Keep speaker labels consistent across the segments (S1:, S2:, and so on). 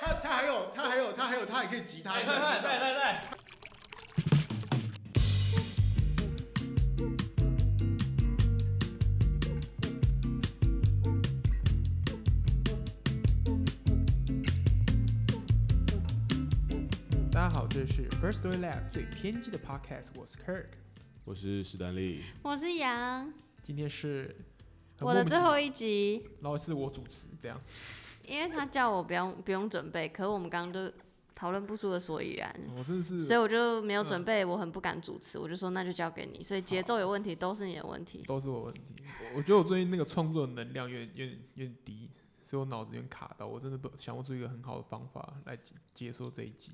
S1: 他他还有他还有他还有他还可以吉他
S2: 来
S1: 在
S2: 来来
S1: 在
S2: 来来，
S3: 大家好，这是 First Story Lab 最偏激的 Podcast，我是 Kirk，
S4: 我是史丹利，
S5: 我是杨，
S3: 今天是很
S5: 我的
S3: 莫名
S5: 最
S3: 其妙
S5: 后，一集，
S3: 然后是我主持这样。
S5: 因为他叫我不用不用准备，可我们刚刚就讨论不出个所以然，
S3: 我真的是，嗯
S5: 所以我就没有准备，我很不敢主持，我就说那就交给你，所以节奏有问题都是你的问题。
S3: 都是我问题。我我觉得我最近那个创作的能量有点、有点、有点低，所以我脑子有点卡到，我真的不想不出一个很好的方法来接接受这一集。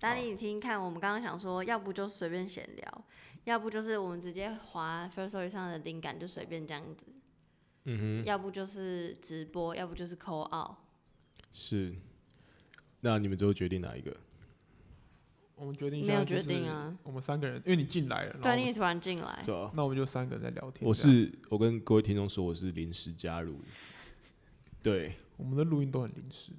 S5: 丹尼，你听听看，我们刚刚想说，要不就随便闲聊，要不就是我们直接划 First Story 上的灵感就随便这样子，
S4: 嗯哼，
S5: 要不就是直播，要不就是 call out。
S4: 是。那你们最后决定哪一个？
S3: 我们决定
S5: 没
S3: 现在
S5: 有
S3: 就
S5: 决
S3: 是
S5: 定啊
S3: 我们三个人，因为你进来了，然后
S5: 对，
S3: 我
S5: 你也
S3: 们
S5: 突然进来，
S4: 对啊，
S3: 那我们就三个人在聊天这样。
S4: 我是我跟各位听众说，我是临时加入的。对，
S3: 我们的录音都很临时，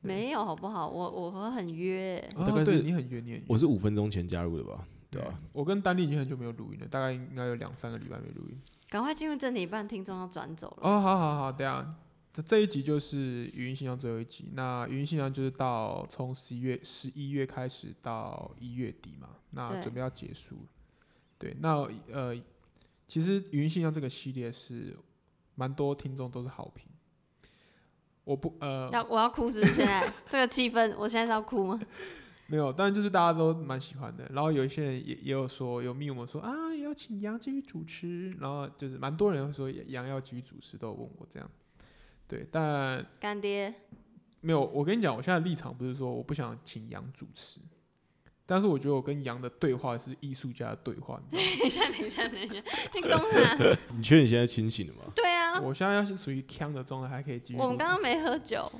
S5: 没有好不好？我我我很约，
S3: 哦
S4: 大概
S3: 对
S4: 是
S3: 你很远，你很远。
S4: 我是五分钟前加入的吧？对啊，
S3: 我跟丹丽已经很久没有录音了，大概应该有两三个礼拜没录音。
S5: 赶快进入正题，不然听众要转走了。
S3: 哦，好好好，等一下这这一集就是语音信箱最后一集。那语音信箱就是到从十一月十一月开始到一月底嘛，那
S5: 对
S3: 准备要结束了。对，那呃，其实语音信箱这个系列是蛮多听众都是好评。我不呃
S5: 要我要哭是不是？现在这个气氛，我现在是要哭吗？
S3: 没有，但就是大家都蛮喜欢的。然后有一些人也也有说有密我们说啊，也要请杨继续主持，然后就是蛮多人会说杨要继续主持，都有问我这样。对，但
S5: 干爹，
S3: 没有，我跟你讲，我现在的立场不是说我不想请杨主持，但是我觉得我跟杨的对话是艺术家的对话，你知道
S5: 等一下，等一下，等一下，你懂啥？
S4: 你确定你现在清醒了吗？
S5: 对啊
S3: 吗？，我现在要是属于呛的状态，还可以继续录。
S5: 我们刚刚没喝酒，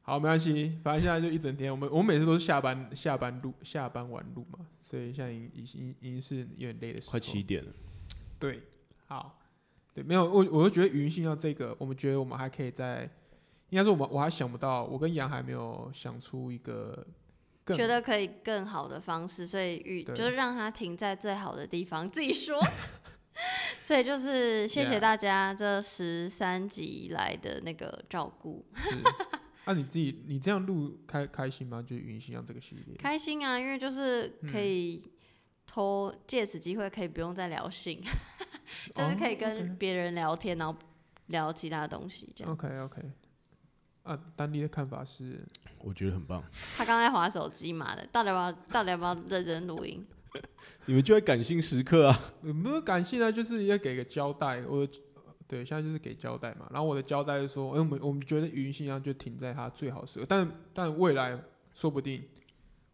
S3: 好，没关系，反正现在就一整天，我们我们每次都是下班下班录，下班晚录嘛，所以现在已已经已经是有点累的时候。
S4: 快七点了，
S3: 对，好，对，没有我，我就觉得语音信箱这个，我们觉得我们还可以在，应该是我们我还想不到，我跟杨还没有想出一个更
S5: 觉得可以更好的方式，所以与
S3: 对
S5: 就是让它停在最好的地方，自己说。 所以就是谢谢
S3: Yeah
S5: 大家这十三集以来的那个照顾，
S3: 是。那、你自己你这样录开开心吗？就是云信箱这个系列，
S5: 开心啊，因为就是可以偷借此机会可以不用再聊性， 就是
S3: 哦
S5: 可以跟别人聊天，然后聊其他东西这样。
S3: OK OK。啊，丹妮的看法是，
S4: 我觉得很棒。
S5: 他刚才划手机嘛的，到底要不要到底要不要认真录音？
S4: 你们就在感性时刻啊！
S3: 有没有感性呢？就是要给个交代。我的对，现在就是给交代嘛。然后我的交代是说，哎、我们我们觉得云信箱就停在它最好时刻，但但未来说不定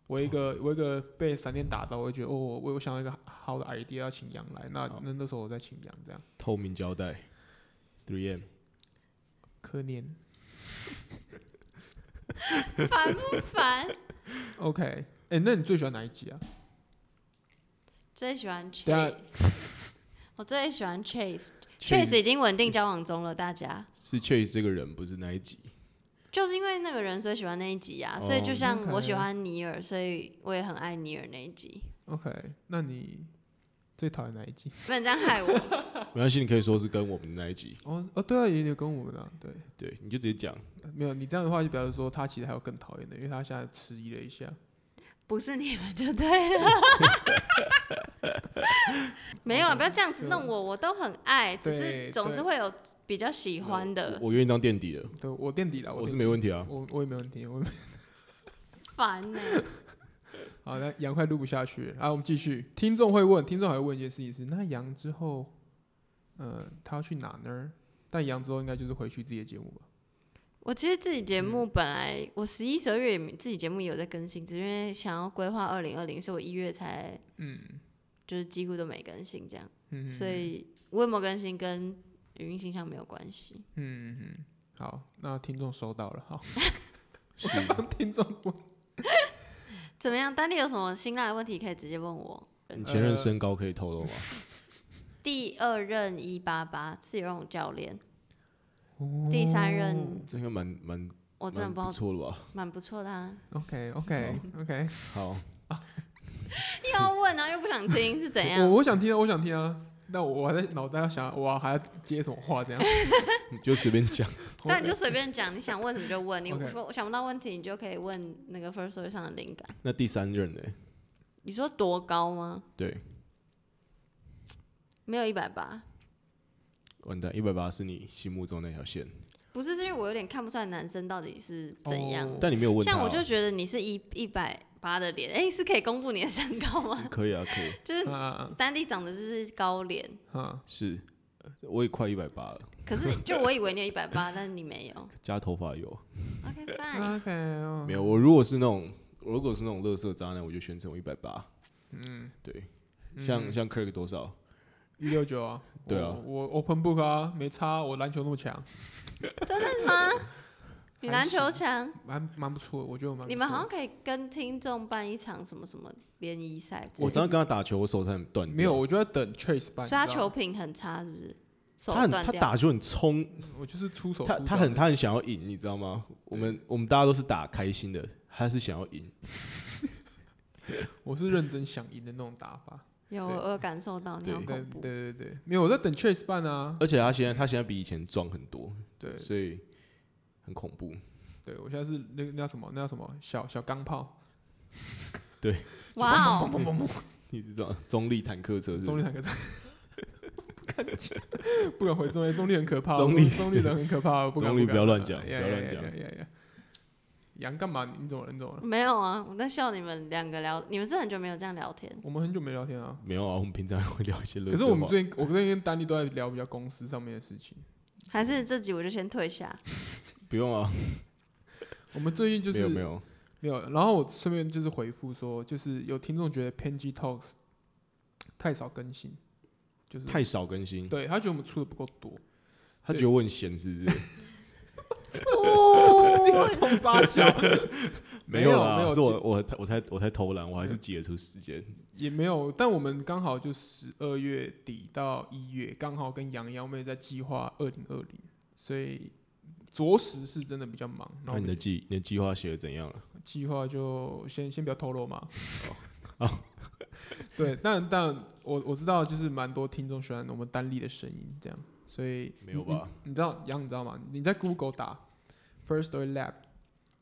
S3: 我一个我一个被闪电打到，我会觉得哦，我我想到一个好的 idea 要请杨来，那
S4: 好
S3: 那那时候我再请杨这样。
S4: 透明胶带，3M，
S3: 可怜。
S5: 烦不烦？
S3: OK，哎、那你最喜欢哪一集啊？
S5: 最喜欢
S3: 等下
S5: Chase，我最喜欢 Chase。Chase 已经稳定交往中了，大家
S4: 是 Chase 这个人，不是那一集。
S5: 就是因为那个人所以喜欢那一集啊，
S4: 哦
S5: 所以就像
S3: OK
S5: 我喜欢尼尔，所以我也很爱尼尔那一集。
S3: OK，那你最讨厌哪一集？
S5: 不能这样害我，
S4: 没关系，你可以说是跟我们那一集。
S3: 哦哦，对啊，也有跟我们啊，对，
S4: 对，你就直接讲。
S3: 没有你这样的话就表示说他其实还有更讨厌的，因为他现在迟疑了一下。
S5: 不是你们就对了。没有了，不要这样子弄我，我都很爱，只
S3: 对
S5: 是总
S3: 对
S5: 是会有比较喜欢的
S4: 我，我愿意当垫底的，
S3: 对我垫底了，
S4: 我是
S3: 垫
S4: 没问题 啊。
S3: 我我也没问题，我也没
S5: 烦呢、
S3: 好，那杨快录不下去了，然后我们继续。听众会问，听众还会问一件事情是：那杨之后，呃，他要去哪呢？但杨之后应该就是回去自己的节目吧？
S5: 我其实自己节
S3: 嗯
S5: 目本来、我十一、十二月也没自己节目也有在更新，只是因为想要规划二零二零，所以我一月才
S3: 嗯
S5: 就是几乎都没更新这样，
S3: 嗯，
S5: 所以我有没有更新跟语音形象没有关系。
S3: 嗯嗯嗯，好，那听众收到了，好，
S4: 是，
S3: 帮听众问。
S5: 怎么样？丹尼有什么辛辣的问题可以直接问我。
S4: 你前
S5: 呃
S4: 任身高可以透露 吗？
S5: 第二任
S3: 哦
S5: 一八八是游泳教练，第三任
S4: 这应该蛮蛮
S5: 我真的不知
S4: 蛮不
S5: 道，
S4: 错了吧？
S5: 蛮不错的啊。
S3: OK OK OK，
S4: 好，
S5: 又要问啊，又不想听，是怎
S3: 我
S5: 样？
S3: 我想听啊，我想听啊。但我还在脑袋要想，我还要接什么话 这样？
S4: 你就随便讲。
S5: 但你就随便讲，你想问什么就问。你
S3: OK
S5: 说我想不到问题，你就可以问那个 First Story 上的灵感。
S4: 那第三任呢？
S5: 你说多高吗？
S4: 对，
S5: 没有一百八，
S4: 完蛋，一百八是你心目中那条线，
S5: 不是，是因为我有点看不出来男生到底是怎样。
S3: 哦
S4: 但你没有问他哦。
S5: 像我就觉得你是一一百八的脸，哎、是可以公布你的身高吗？
S4: 可以啊，可以，
S5: 就是
S3: 啊啊
S5: 丹弟长得就是高脸，
S3: 啊啊！
S4: 是，呃我也快一百八了，
S5: 可是就我以为你有一 百八，但是你没有。
S4: 加头发有，
S5: OK fine，
S3: OK，哦
S5: 嗯
S4: 没有？我如果是那种，如果是那种乐色渣男，我就宣称我一百八。嗯，对，像
S5: 嗯
S4: 像 Kirk 多少？
S3: 一六九啊，
S4: 对啊
S3: 我我 Open Book 啊，没差，我篮球那么强，
S5: 真的吗？你篮球强，
S3: 蛮蛮不错的，我觉得我蛮不错的。
S5: 你们好像可以跟听众办一场什么什么联谊赛之类的，
S4: 我上次跟他打球，我手差点断掉。
S3: 没有，，我就在等 Trace
S5: 所
S3: 办。
S5: 以他
S3: 你知道
S5: 球
S3: 吗
S5: 品很差，是不是？手
S4: 他很
S5: 断
S4: 他
S5: 掉
S4: 打。球很冲，
S3: 我就是出手出
S4: 他
S3: 脚的，
S4: 他很他很想要赢，你知道吗？我们我们大家都是打开心的，他是想要赢。
S3: 我是认真想赢的那种打 法。
S5: 有，我有感受到你好
S4: 对
S3: 对
S5: 恐怖。
S3: 对对对，没有，我在等 Trace 办啊。
S4: 而且他现在他现在比以前壮很多，
S3: 对
S4: 所以很恐怖。
S3: 对，我现在是那个那叫什么那叫什么小小钢炮，
S5: 哇哦，
S3: 砰砰砰砰
S4: 你知道中立坦克车是不是
S3: 中立两个字， 不敢去，不敢回中立，中立很可怕，
S4: 中立
S3: 中立人很可怕，我不敢。
S4: 中立
S3: 敢
S4: 不要乱讲
S3: 哎
S4: 不
S3: 呀
S4: 要乱
S3: 呀
S4: 讲
S3: 呀呀呀呀杨干嘛？你怎么了？你怎么了？
S5: 没有啊，我在笑你们两个聊，你们是不是很久没有这样聊天。
S3: 我们很久没聊天啊。
S4: 没有啊，我们平常会聊一些乐色
S3: 可
S4: 话。
S3: 是我们最近，我最近跟丹尼都在聊比较公司上面的事情。
S5: 还是这集我就先退下。
S4: 不用啊，
S3: 我们最近就
S4: 没有
S3: 是
S4: 没有，
S3: 没有，然后我顺便就是回复说，就是有听众觉得 Penji Talks 太少更新，就是
S4: 太少更新。
S3: 对他觉得我们出的不够 多，
S4: 他觉得我很闲是不 是？
S5: 哦，
S3: 冲沙小没有
S4: 有啦，
S3: 没有
S4: 是我我我才我才偷懒，我还是挤得出时间。
S3: 也没有，但我们刚好就十二月底到一月，刚好跟杨洋妹在计划二零二零，所以着实是真的比较忙。然
S4: 那
S3: 后
S4: 你的
S3: 我们
S4: 计你的计划写的怎样啊了？
S3: 计划就先先不要透 露嘛。
S4: 哦
S3: 对，但但我我知道，就是蛮多听众喜欢我们单立的声音，这样，所以
S4: 没有吧？
S3: 你知道杨，你知道吗？你在 Google 打 First Story Lab，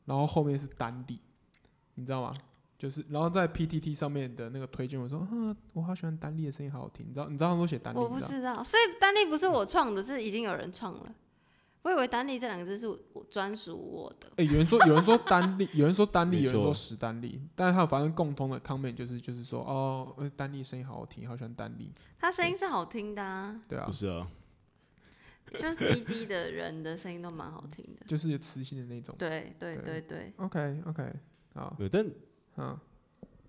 S3: 然后后面是单立，你知道吗？就是然后在 PTT 上面的那个推荐，我说啊，我好喜欢单立的声音，好好听。你知道，你知道他们都写单立，
S5: 我
S3: 你
S5: 不
S3: 知道？
S5: 知道，所以丹立不是我创的，是已经有人创了。我以为丹立这两个字是我专属我的。
S3: 哎、有人说有人说单立，有人说单立，
S4: 没
S3: 有人
S4: 错
S3: 说史单立，但是他们反正共同的 comment 就是就是说哦，呃单立声音好好听，好喜欢单立，
S5: 他声音是好听的啊，
S3: 对啊
S4: 不，是啊，
S5: 就是滴滴的人的声音都蛮好听的。
S3: 就是磁性的那种。
S5: 对对
S3: 对
S5: 对对，
S3: OK OK，好，
S4: 没有，但
S3: 嗯，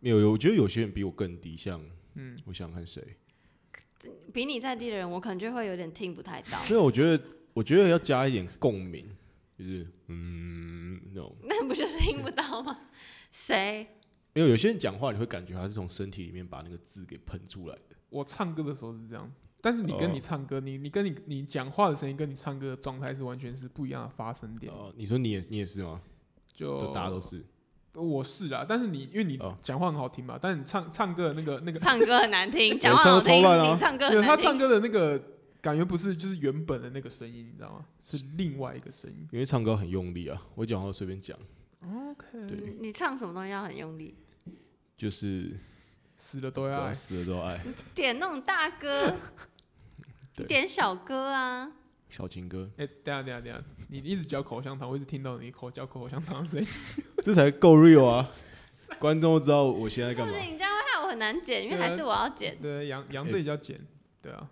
S4: 没有，有我觉得有些人比我更低，像
S3: 嗯，
S4: 我想想看谁？
S5: 比你在低的人，我可能就会有点听不太到。
S4: 所以我觉得我觉得要加一点共鸣，就是嗯那种，
S5: 那不就是听不 到吗？谁？
S4: 因为有些人讲话你会感觉他是从身体里面把那个字给喷出来的。
S3: 我唱歌的时候是这样，但是你跟你
S4: 哦
S3: 唱歌，你你跟你你讲话的声音跟你唱歌的状态是完全是不一样的发声点。
S4: 哦，你说你也你也是吗？
S3: 就
S4: 就大家都是。
S3: 我是啊，但是你因为你
S4: 哦
S3: 讲话很好听嘛，但是你唱唱歌的那个 那个，
S5: 唱歌很难听，讲话好听，
S4: 我唱得超烂啊
S5: 你唱歌
S3: 因
S5: 很
S3: 为他
S5: 难
S3: 唱
S5: 听。
S3: 歌的那个感觉不是就是原本的那个声音，你知道吗？是另外一个声音。
S4: 因为唱歌很用力啊，我讲话随便讲，
S3: OK，
S5: 你你唱什么东西要很用力，
S4: 就是
S3: 死了都要爱。
S4: 死了都爱。
S5: 点那种大歌，
S4: 对
S5: 点小歌啊。
S4: 小情歌，
S3: 哎、等一下等一下等一下，你一直嚼口香糖，我一直听到你口嚼口香糖的声音。
S4: 这才够 real 啊！观众都知道我现在在干
S5: 不
S4: 嘛。
S5: 行，你这样会害我很难剪，因为
S3: 对啊
S5: 还是我要剪。
S3: 对，杨杨
S4: 哎
S3: 这里叫剪，对啊，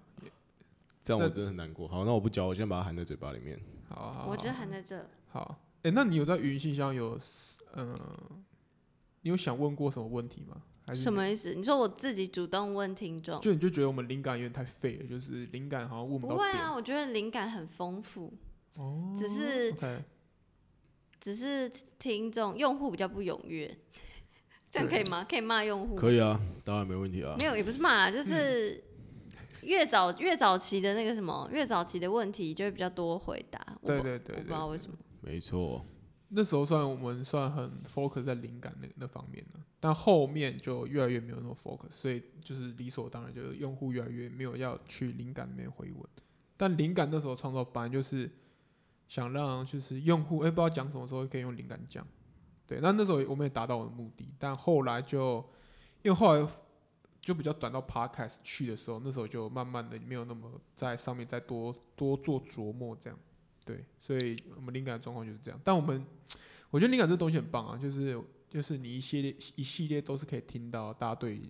S4: 这样我
S3: 这
S4: 真的很难过。好，那我不嚼，我先把它含在嘴巴里面。
S3: 好啊好啊
S5: 我觉得
S3: 好啊
S5: 含在这，
S3: 好，哎、那你有在语音信箱有，嗯、你有想问过什么问题吗？还是
S5: 什
S3: 你？
S5: 么意思？你说我自己主动问听众？
S3: 就你就觉得我们灵感有点太废了，就是灵感好像问
S5: 不
S3: 到
S5: 会
S3: 点。
S5: 啊，我觉得灵感很丰富，
S3: 哦
S5: 只是
S3: OK，
S5: 只是听众用户比较不踊跃，这样可以吗？可以骂用户？
S4: 可以啊，当然没问题啊
S5: 没。有，也不是骂啦，
S3: 嗯
S5: 就是越早越早期的那个什么，越早期的问题就会比较多回答。我
S3: 对
S5: 不
S3: 对
S5: 我
S3: 对
S5: 不知
S3: 对，
S5: 道为什么。
S4: 没错，
S3: 那时候算我们算很 focus 在灵感那那方面了，但后面就越来越没有那么 focus，所以就是理所当然，就是用户越来越没有要去灵感那边回文。但灵感那时候创造本来就是想让就是用户哎、不知道讲什么时候可以用灵感讲，对，那那时候我们也达到我的目的，但后来就因为后来就比较短到 podcast 去的时候，那时候就慢慢的没有那么在上面再多多做琢磨这样。对，所以我们灵感的状况就是这样。但我们，我觉得灵感这东西很棒啊，就是就是你一系列一系列都是可以听到大家对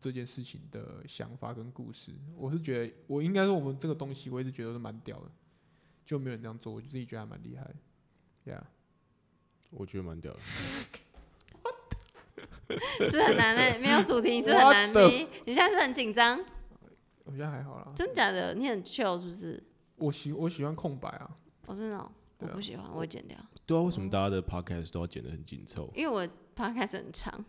S3: 这件事情的想法跟故事。我是觉得，我应该说我们这个东西，我一直觉得是蛮屌的，就没有人这样做，我就自己觉得还蛮厉害的。Yeah，
S4: 我觉得蛮屌的。
S5: 是很难 诶、没有主题是很
S3: What
S5: 难
S3: the
S5: 你你现在是不是很紧张？
S3: 我觉得还好啦。
S5: 真假的？你很 chill 是不是？
S3: 我喜我喜欢空白啊，
S5: 我、真的哦、我
S3: 对啊
S5: 不喜欢，我会剪掉，
S4: 对啊，为什么大家的 podcast 都要剪得很紧凑？
S5: 因为我 podcast 很长，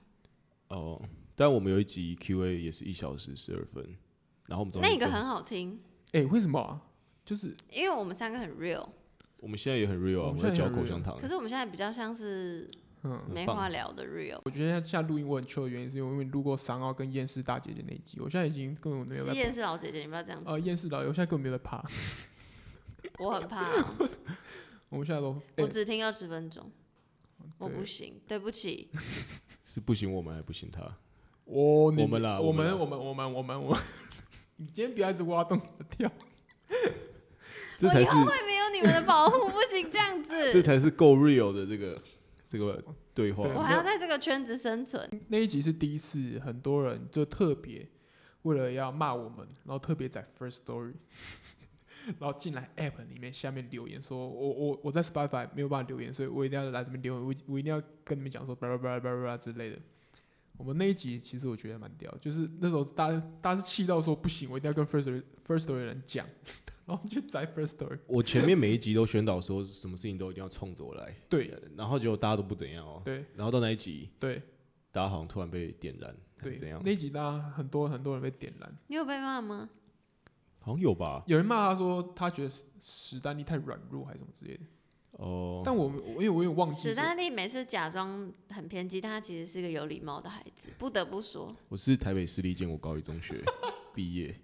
S4: 哦，但我们有一集 Q&A 也是一小时十二分，然后我们中间
S5: 那个
S4: 就
S5: 很好听，
S3: 哎、为什么啊、就是
S5: 因为我们三个很 real，
S4: 我们现在也很 real 啊，
S3: 我
S4: 我们
S3: 们现
S4: 在
S3: 在也
S4: 嚼
S3: 很
S4: 口
S3: real
S4: 香糖
S5: 可。是我们现在比较像是
S3: 嗯，
S5: 没
S4: 棒
S5: 话聊的 real，
S3: 我觉得现在录音我很糗的原因，是因为我们录过三奥跟厌世大姐姐那一集，我现在已经根本没有
S5: 实
S3: 在
S5: 验是老姐姐，你不要这样子，
S3: 呃厌世导游，我现在根本没有在怕，
S5: 我很怕、哦。
S3: 我们现在都 哎哦
S5: 我只听二十分钟，我
S3: 对
S5: 不行，对不起。
S4: 是不行我们，还不行他。
S3: 我
S4: 我们啦
S3: 我
S4: 我们
S3: 们
S4: 啦
S3: 我们我们我们我 们，你今天不要一直挖洞跳，
S4: 这才是
S5: 会没有你们的保护，不行这 样
S4: 这
S5: 子，
S4: 才是够 real 的这个这个对话。
S3: 对
S5: 我还要在这个圈子生存。
S3: 那一集是第一次，很多人就特别为了要骂我们，然后特别在 First Story，然后进来 App 里面下面留言说，我我我在 Spotify 没有办法留言，所以我一定要来这边留言，我一我一定要跟你们讲说巴拉巴拉巴拉巴拉之类的。我们那一集其实我觉得蛮屌，就是那时候大家大家是气到说不行，我一定要跟 First Story- First Story 的人讲， 然后去摘 First Story。
S4: 我前面每一集都宣导说什么事情都一定要冲着我来，
S3: 对
S4: 然后结果大家都不怎样哦。
S3: 对
S4: 然后到那一集，
S3: 对
S4: 大家好像突然被点燃，
S3: 对
S4: 怎样，？
S3: 那一集大家很多很多人被点燃，
S5: 你有被骂吗？
S4: 好像有吧？
S3: 有人骂他说他觉得史史丹利太软弱还是什么之类的，
S4: 哦，
S3: 但我我因为我有点忘记
S5: 史
S3: 说，
S5: 丹利每次假装很偏激，但他其实是个有礼貌的孩子，不得不说，
S4: 我是台北市立建国高一中学毕业，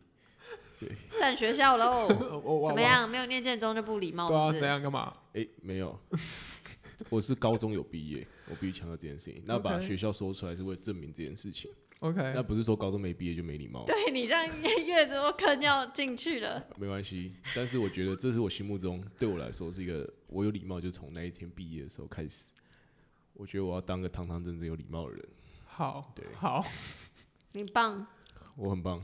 S5: 占学 校喽。
S3: 呃我我
S5: 怎么？样？没有念建中就不礼
S3: 我
S5: 貌，
S3: 对啊，
S5: 是不
S3: 怎
S5: 是？
S3: 样干嘛？
S4: 诶，没有， 我是高中有毕业，我必须强调这件事情。那把
S3: OK 哎
S4: 学校说出来是为了证明这件事情，那
S3: OK，
S4: 不是说高中没毕业就没礼貌，
S5: 对你这样越多坑要进去了，
S4: 没关系。但是我觉得这是我心目中对我来说是一个我有礼貌，就从那一天毕业的时候开始，我觉得我要当个堂堂正正有礼貌的人，
S3: 好
S4: 对，
S3: 好
S5: 你棒。嗯
S4: 我很棒，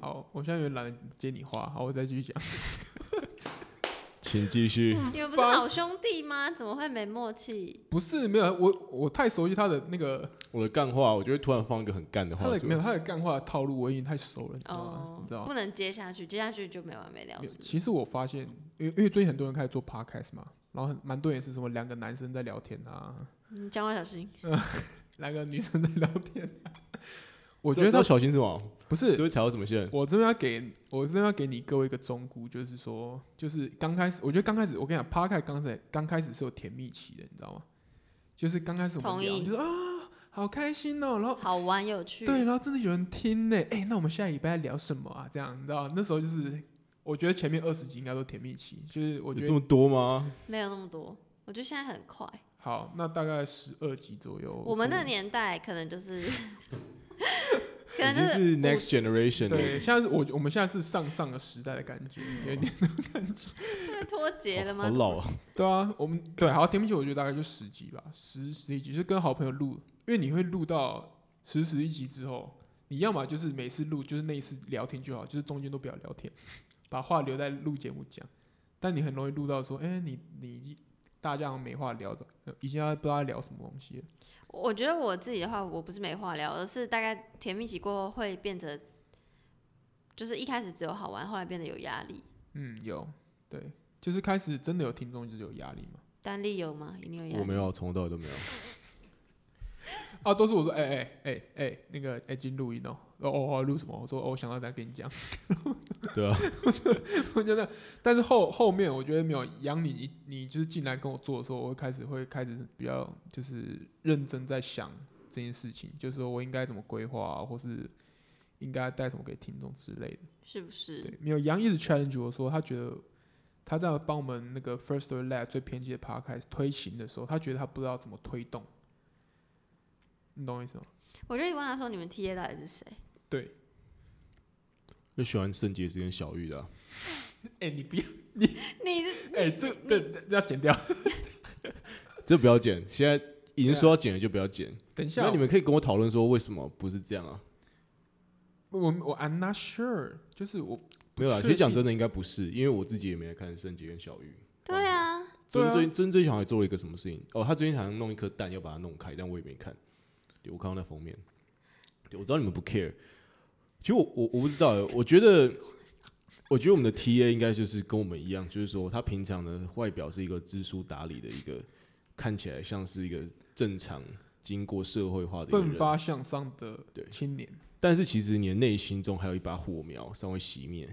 S3: 好，我现在有点懒得接你话，好，我再继续讲。
S4: 请继续。
S5: 你们不是好兄弟吗？怎么会没默契？
S3: 不是没有，我我太熟悉他的那个
S4: 我的干话，我就会突然放一个很干的
S3: 他
S4: 话
S3: 的
S4: 出
S3: 没有
S4: 来。
S3: 他的干话的套路，我已经太熟了，你知道吗？
S5: 哦
S3: 啊你知道，吗
S5: 不？能接下去，接下去就没完没了
S3: 没有
S5: 是不是
S3: 其实我发现，因为因为最近很多人开始做 podcast 嘛，然后很蛮多人也是什么两个男生在聊天啊，
S5: 你讲话小心。
S3: 两个女生在聊天、啊 我
S4: 我
S3: 觉得他
S4: 小心什么？
S3: 不是
S4: 就，会踩到什么线？
S3: 我这边要给，我这边要给你各位一个忠告，就是说，就是刚开始，我觉得刚开始，我跟你讲 p a r k 刚才刚开始是有甜蜜期的，你知道吗？就是刚开始我
S5: 同
S3: 们聊，
S5: 意
S3: 就是啊，好开心哦、然后
S5: 好玩有趣。
S3: 对，然后真的有人听呢，哎、那我们下礼拜聊什么啊？这样你知道，那时候就是我觉得前面二十集应该都甜蜜期，就是
S4: 有
S3: 我觉
S4: 这
S3: 得
S4: 么多吗？
S5: 没有那么多。我觉得现在很快，
S3: 好，那大概十二集左右，
S5: 我们那
S3: 可能
S5: 年代可能 就是，可
S4: 已
S5: 能就
S4: 经
S5: 是
S4: 是 next generation 欸了。
S3: 对，现在是我我们现在是上上个时代的感觉，有一点。
S5: 会脱节了
S4: 哦
S5: 吗？
S4: 好老啊！
S3: 对啊，我们对，好，甜蜜期我觉得大概就十集吧，十十一集是跟好朋友录，因为你会录到十十一集之后，你要么就是每次录就是那一次聊天就好，就是中间都不要聊天，把话留在录节目讲，但你很容易录到说，哎、你你大家好像没话聊的，呃已经要不知道在聊什么东西了。
S5: 我觉得我自己的话，我不是没话聊，而是大概甜蜜期过后会变得，就是一开始只有好玩，后来变得有压力。
S3: 嗯，有，对，就是开始真的有听众就是有压力嘛。
S5: 丹力有吗？你有压力？
S4: 我没有，从头到尾都没有。
S3: 啊，都是我说，哎哎哎哎，那个哎，今天录音哦，哦哦哦，录什么？我说哦，我想到再跟你讲，
S4: 对啊，
S3: 我觉得，但是后后面我觉得没有养你，你你就是进来跟我做的时候，我会开始会开始比较就是认真在想这件事情，就是说我应该怎么规划、啊，或是应该带什么给听众之类的。
S5: 是不是？
S3: 对，没有杨一直 challenge 我说，他觉得他在帮我们那个 First Story Lab 最偏激的 podcast 推行的时候，他觉得他不知道怎么推动，你懂我意思吗？
S5: 我就问他说：“你们 T A 到底是谁
S3: 对，
S4: 就喜欢圣洁是跟小玉的、啊，
S3: 哎、你不要，？”
S5: 你
S3: 哎、这这这要剪掉。
S4: 这不要剪，现在已经
S3: 对啊
S4: 说要剪了就不要剪。
S3: 等一下，
S4: 那你们可以跟我讨论说为什么不是这样啊？
S3: 我我我 I'm not sure，就是我
S4: 没有啦，
S3: 确
S4: 其实讲真的应该不是，因为我自己也没来看圣洁跟小玉。
S5: 对啊，
S3: 对
S4: 尊
S3: 啊
S4: 尊尊最小还做了一个什么事情？哦，他最近好像弄一颗蛋要把它弄开，但我也没看。对我看到那封面，对我知道你们不 care。其实我我我不知道欸，我觉得我觉得我们的 TA 应该就是跟我们一样，就是说他平常的外表是一个知书达理的一个，看起来像是一个正常经过社会化的一啊个
S3: 奋
S4: 人，
S3: 发向上的
S4: 对
S3: 青年，
S4: 但是其实你的内心中还有一把火苗尚未熄灭，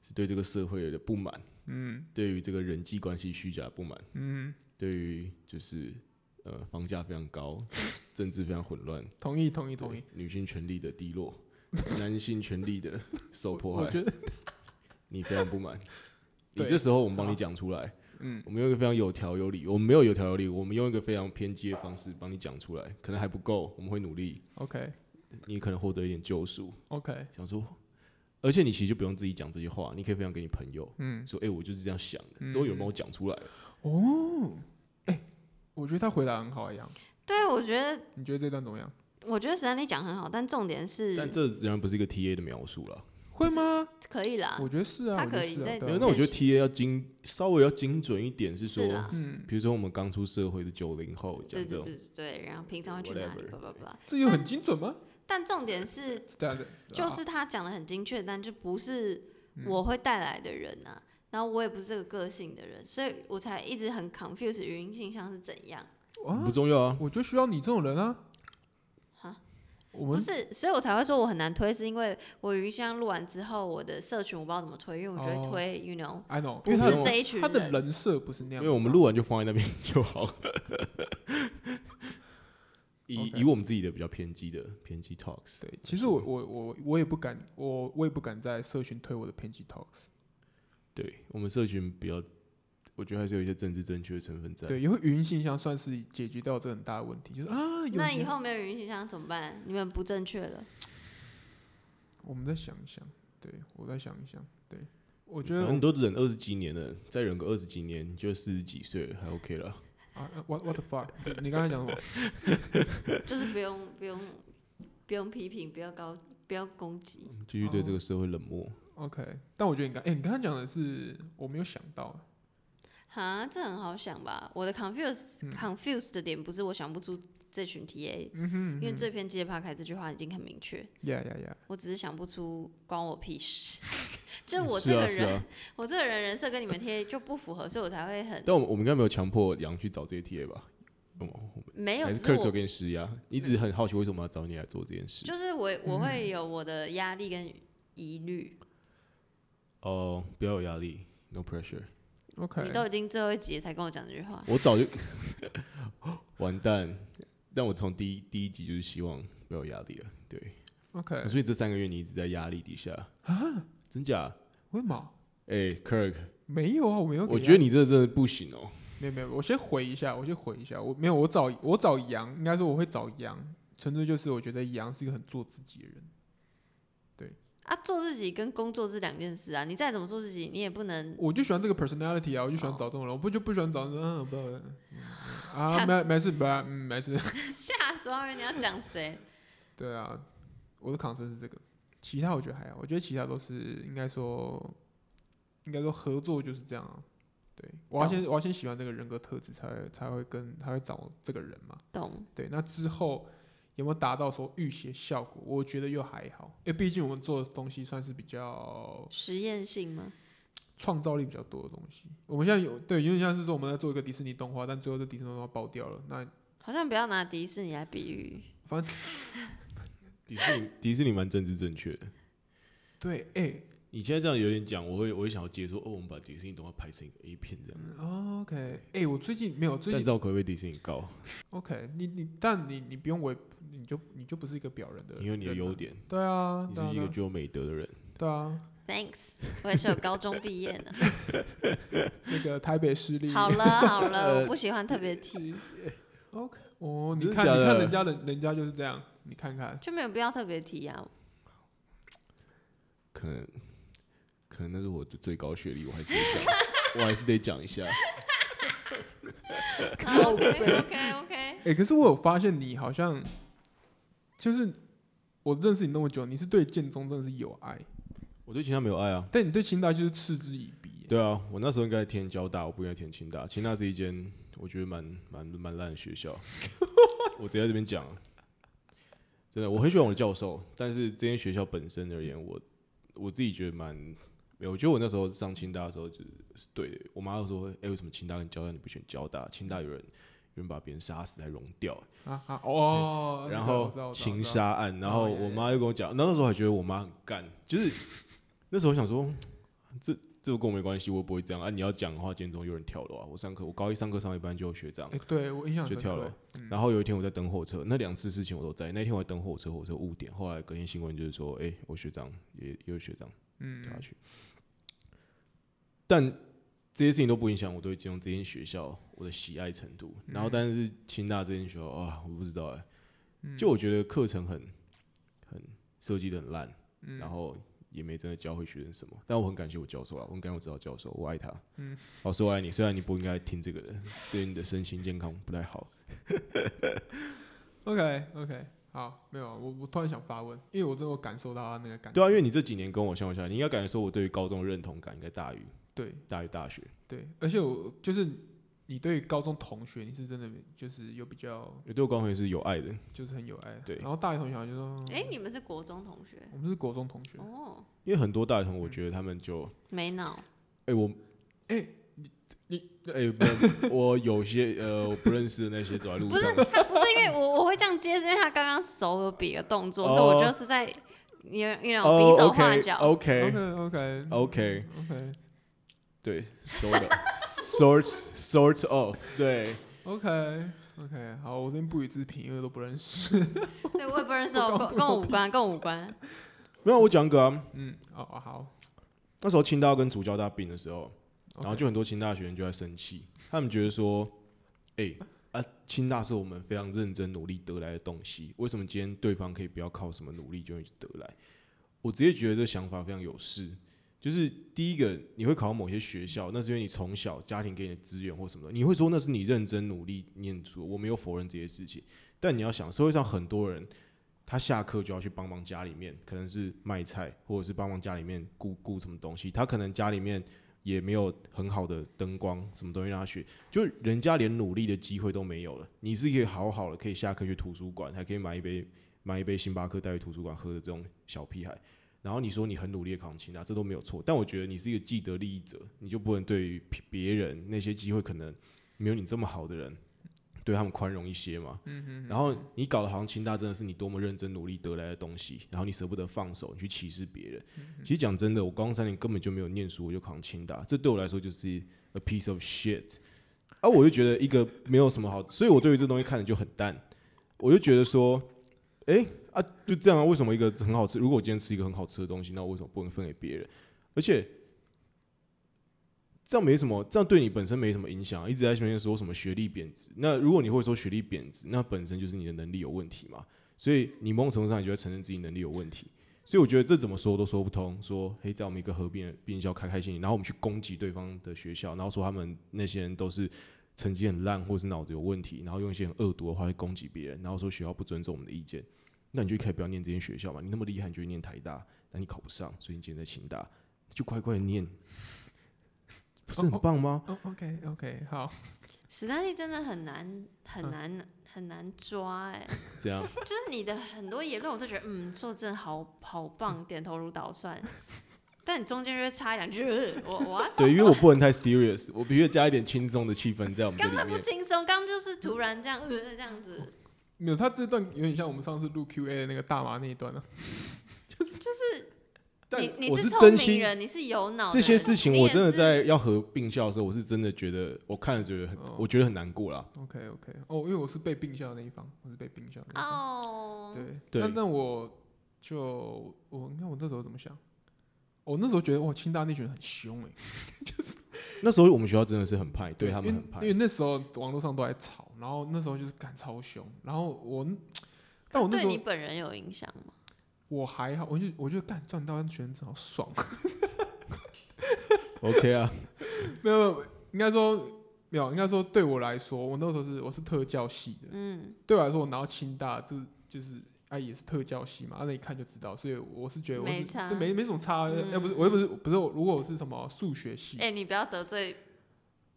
S4: 是对这个社会的不满，嗯，对于这个人际关系虚假的不满，嗯，对于就是呃房价非常高，政治非常混乱，
S3: 同意同意同意。
S4: 女性权利的低落，男性权利的受迫
S3: 我
S4: 害，
S3: 觉得
S4: 你非常不 满。你
S3: 对啊
S4: 这时候我们帮你讲出来，嗯，我们用一个非常有条有理，我们没有有条有理，我们用一个非常偏激的方式帮你讲出来，可能还不够，我们会努力，
S3: OK
S4: 你可能获得一点救赎。
S3: OK，
S4: 想说，而且你其实就不用自己讲这些话，你可以分享给你朋友，
S3: 嗯，
S4: 说，哎、我就是这样想的，终于有人帮我讲出来了。
S3: 我觉得他回答很好啊，杨，
S5: 对，我觉得
S3: 你觉得这段怎么样？
S5: 我觉得史丹利讲很好，但重点是
S4: 但这仍然不是一个 T A 的描述啦。
S3: 会吗？
S5: 可以啦
S3: 我，觉得是啊，
S5: 他
S3: 我觉得
S5: 可以
S3: 是啊
S5: 再
S3: 对
S4: 没
S3: 啊
S4: 有，那我觉得 T A 要精稍微要精准一点，是说，
S5: 是啦，
S3: 嗯，
S4: 比如说我们刚出社会的九零后讲
S5: 对
S4: 这
S5: 对
S4: 种，
S5: 对对对，然后平常会去哪里，
S4: Whatever
S5: 叭叭叭。
S3: 这又很精准吗？
S5: 但重点是，
S3: 对啊，对对
S5: 就
S3: 啊嗯
S5: 是他讲的很精确，但就不是我会带来的人呐、然后我也不是这个个性的人，所以我才一直很 confused 语音信箱是怎样。
S3: 啊
S4: 不，重要啊。
S3: 我就需要你这种人啊。
S5: 哈，
S3: 我
S5: 不
S3: 们
S5: 是，所以我才会说我很难推，是因为我云箱录完之后，我的社群我不知道怎么推，因为我觉
S3: 哦
S5: 得推、y o u know，
S3: I know，因
S5: 不
S3: 为他
S5: 是
S3: 的
S5: 这一群
S3: 他
S5: 人，
S3: 的人设不是那样
S4: 因
S3: 子啊，
S4: 为我们录完就放在那边就好 了。以
S3: OK
S4: 以我们自己的比较偏激的偏激 talks，
S3: 对，其实我我我我也不敢，我我也不敢在社群推我的偏激 talks，
S4: 对我们社群比较，我觉得还是有一些政治正确的成分在。
S3: 对，因为语音信箱算是解决掉这很大的问题，就是啊，有
S5: 那
S3: 人
S5: 以后没有云信箱怎么办？你们不正确了。
S3: 我们再想一想，对我再想一想，对我
S4: 我
S3: 觉得
S4: 很多忍二十几年了，再忍个二十几年就四十几岁了，还 OK 了。
S3: 啊啊，what what the fuck？你你刚才讲什么？
S5: 就是不用不用不用批评，不要高，不要攻击。
S4: 继续
S5: 哦
S4: 对这个社会冷漠，
S3: OK，但我觉得你刚，哎、你刚才讲的是我没有想到，
S5: 哈，这很好想吧？我的 confuse、confuse 的点不是我想不出这群 TA，、因为最偏激的 p a 这句话已经很明确，
S3: 呀呀呀，
S5: 我只是想不出关我屁事。 就我
S4: 是
S5: 这
S4: 啊
S5: 个
S4: 是
S5: 人，
S4: 啊，
S5: 我这个人人设跟你们 TA 就不符合，所以我才会很
S4: 但我们我们应该没有强迫杨去找这些 TA 吧？我们
S5: 没有，
S4: 还
S5: 只
S4: 是
S5: 哎是
S4: Kirk 有
S5: 我嗯
S4: 给你施压，你只是很好奇为什么要找你来做这件事。
S5: 就是我我会有我的压力跟疑虑。
S4: 哦，不要有压力，no pressure。
S3: ，OK，
S5: 你都已经最后一集才跟我讲这句话，
S4: 我早就 完蛋，但我从第一第一集就是希望不要有压力了。对，
S3: OK，
S4: 所以这三个月你一直在压力底下啊？真假？
S3: 为嘛？
S4: 哎，Kirk，
S3: 没有啊，我没有给压力。
S4: 我觉得你这真的不行哦。
S3: 没有没有，我先回一下，我先回一下，我没有，我找我找杨，应该说我会找杨，纯粹就是我觉得杨是一个很做自己的人，
S5: 啊，做自己跟工作是两件事啊！你再怎么做自己，你也不能
S3: 我就喜欢这个 personality 啊，我就
S4: 哦
S3: 喜欢找这种人，我不就不喜欢找那种嗯不嗯啊没没事不要嗯没事，
S5: 吓死我人！你要讲谁？
S3: 对啊，我的 concern 是这个，其他我觉得还好，我觉得其他都是应该说应该说合作就是这样啊，对我要先我要先喜欢这个人格特质才会才会跟才会找这个人嘛，
S5: 懂？
S3: 对，那之后有没有达到说预期的效果？我觉得又还好，因为毕竟我们做的东西算是比较
S5: 实验性吗？
S3: 创造力比较多的东西。我们现在有对，有点像是说我们在做一个迪士尼动画，但最后这迪士尼动画爆掉了，那
S5: 好像不要拿迪士尼来比喻，
S3: 反正
S4: 迪士尼 迪士尼蛮政治正确的。
S3: 对，哎、
S4: 你现在这样有点讲，我会我会想要接说，哦，我们把迪士尼动画拍成一个 A 片这样。
S3: o k 哎、我最近没有最
S4: 但你
S3: 近
S4: 知道可不可以被迪士尼告？
S3: OK，你你但你你不用为你就你就不是一个表人的人啊，
S4: 因为你的优点，
S3: 对啊，
S4: 你
S3: 对啊
S4: 是一个
S3: 对啊
S4: 具有美德的人。
S3: 对啊，
S5: Thanks，我也是有高中毕业 的。
S3: 啊那个台北市立
S5: 好了好了，我不喜欢特别提，
S3: OK，哦，你
S4: 真的
S3: 看
S4: 假
S3: 你看
S4: 的
S3: 人家人人家就是这样，你看看，
S5: 就没有必要特别提 啊。
S4: 可能可能那是我的最高学历，我还是得讲，我还是得讲一下。
S5: 啊 OK OK OK，
S3: 哎、可是我有发现你好像就是我认识你那么久，你是对建中真的是有爱，
S4: 我对其他没有爱啊。
S3: 但你对清大就是嗤之以鼻耶。
S4: 对啊，我那时候应该填交大，我不应该填清大。清大是一间我觉得蛮蛮蛮烂的学 校，我直接在这边讲，真的，我很喜欢我的教授，但是这间学校本身而言，我我自己觉得蛮，没有我觉得我那时候上清大的时候就是是对的。我妈就说，哎、为什么清大跟交大你不选交大？清大有人有人把别人杀死还融掉、
S3: 啊啊哦，
S4: 嗯然
S3: 那个我
S4: 后
S3: 知道我知道
S4: 情
S3: 我知道
S4: 杀案，然
S3: 哦
S4: 后
S3: 呀
S4: 我
S3: 呀
S4: 妈就跟我讲，那那时候还觉得我妈很干，就是那时候我想说，这这跟我没关系，我也不会这样啊。你要讲的话，今天中有人跳楼啊！我上课，我高一上课上一班就有学长
S3: 哎、，对我印象很
S4: 就
S3: 深
S4: 跳
S3: 刻
S4: 楼，。然后有一天我在等火车，那两次事情我都在。那天我在等火车，火车误点。后来隔天新闻就是说，哎，我学长也也有学长
S3: 嗯
S4: 跳下去。但这些事情都不影响我对金融这间学校我的喜爱程度。
S3: 嗯
S4: 然后，但是清大这间学校啊，我不知道哎、
S3: 嗯
S4: 就我觉得课程很很设计的很烂，
S3: 嗯
S4: 然后也没真的教会学生什么。但我很感谢我教授啊，我很感谢我指导教授，我爱他。嗯，老师我爱你，虽然你不应该听这个的，对你的身心健康不太好。
S3: ，OK OK，好，没有，啊我我突然想发问，因为我真的有感受到他那个感，
S4: 对啊，因为你这几年跟我相处下来，你应该感觉说我对于高中的认同感应该大于
S3: 对
S4: 大于大学。
S3: 对，而且我就是你对高中同学，你是真的就是有比较
S4: 因为对我高中也是有爱的，
S3: 就是很有爱，
S4: 对
S3: 然后大学同学好像就说，
S5: 哎，你们是国中同学
S3: 我们是国中同学，
S5: 哦？
S4: 因为很多大学同学我觉得他们就。
S5: 没脑，
S4: 哎、我，
S3: 哎、
S4: 你你，哎、不我有些呃，我不认识的那些走在路
S5: 不是
S4: 上，
S5: 他不是因为我我会这样接，是因为他刚刚手有比个动作，所以
S4: 哦
S5: 我就是在你你让我
S4: 哦
S5: 比手画脚。
S4: ，OK，OK，OK，、
S3: OK
S4: OK
S3: OK
S4: 对，sort of，sort sort of，对，
S3: OK OK，好，我这边不予置评，因为都不认识。
S5: 对，我也不认识，我跟跟我无关，跟我无关。
S4: 没有，我讲一个、啊，
S3: 嗯，哦哦好，
S4: 那时候清大跟主教大并的时候，然后
S3: OK
S4: 就很多清大学生就在生气，他们觉得说，哎、啊，清大是我们非常认真努力得来的东西，为什么今天对方可以不要靠什么努力就能得来？我直接觉得这想法非常有事。就是第一个，你会考到某些学校，那是因为你从小家庭给你的资源或什么的，你会说那是你认真努力念书，我没有否认这些事情。但你要想，社会上很多人，他下课就要去帮忙家里面，可能是卖菜，或者是帮忙家里面顾顾什么东西，他可能家里面也没有很好的灯光，什么东西让他学，就人家连努力的机会都没有了。你是一个好好的可以下课去图书馆，还可以买一杯买一杯星巴克带去图书馆喝的这种小屁孩。然后你说你很努力的考上清大，这都没有错。但我觉得你是一个既得利益者，你就不能对于别别人那些机会可能没有你这么好的人，对他们宽容一些嘛。然后你搞得好像清大真的是你多么认真努力得来的东西，然后你舍不得放手，你去歧视别人。其实讲真的，我高中三年根本就没有念书，我就考上清大，这对我来说就是 a piece of shit。啊，我就觉得一个没有什么好，所以我对于这东西看的就很淡。我就觉得说，哎、啊，就这样啊，为什么一个很好吃？如果我今天吃一个很好吃的东西，那我为什么不能分给别人？而且这样没什么，这样对你本身没什么影响。一直在前面说什么学历贬值，那如果你会说学历贬值，那本身就是你的能力有问题嘛。所以你某种程度上你就在承认自己能力有问题。所以我觉得这怎么说都说不通。说，嘿，在我们一个合并的并校开开心心，然后我们去攻击对方的学校，然后说他们那些人都是成绩很烂，或是脑子有问题，然后用一些很恶毒的话去攻击别人，然后说学校不尊重我们的意见。那你就可以不要念这间学校嘛。你那么厉害，你就去念台大，那你考不上，所以你今天在清大，就乖乖地念，不是很棒吗？
S3: 哦 OK OK，好，
S5: 史丹利真的很难很
S3: 嗯
S5: 难很难抓哎，
S4: 这样
S5: 就是你的很多言论，我就觉得嗯，说得真的好好棒，点头如捣蒜。但你中间就会插一两句，呃我我要
S4: 对，因为我不能太 serious，我必须加一点轻松的气氛在我们这
S5: 刚刚
S4: 里
S5: 不
S4: 面。
S5: 轻松，刚刚就是突然这样，呃，这样子，
S3: 没有，他这段有点像我们上次录 Q A 的那个大麻那一段啊。
S5: 就是
S1: 但
S5: 你
S4: 我
S5: 你
S4: 是
S5: 聪
S4: 真心
S5: 明人，你是有脑的人，
S4: 这些事情我真的
S5: 你也是
S4: 在要合并校的时候，我是真的觉得我看了觉得很，
S3: 哦
S4: 我觉得很难过啦。
S3: OK OK，哦，因为我是被并校的那一方，我是被并校的那一方。
S5: 哦，
S3: 对，
S4: 对
S3: 那那我就我你看我那时候怎么想？我那时候觉得哇，清大那群人很凶哎、
S4: 那时候我们学校真的是很派，对他们
S3: 因为
S4: 很派
S3: 因。为那时候网络上都在吵，然后那时候就是干超凶，然后我，但我那
S5: 对
S3: 时候
S5: 你本人有影响吗？
S3: 我还好，我就我就干赚到学生真 好爽，
S4: OK 啊，
S3: 没有没有，应该说没有，应该说对我来说，我那时候是我是特教系的，
S5: 嗯，
S3: 对我来说我拿到清大这就是。啊，也是特教系嘛，啊那一看就知道，所以我是觉得我是
S5: 没差
S3: 对没没什么差，要、
S5: 嗯
S3: 不是我又不是不是我，如果我是什么数学系，
S5: 哎，你不要得罪，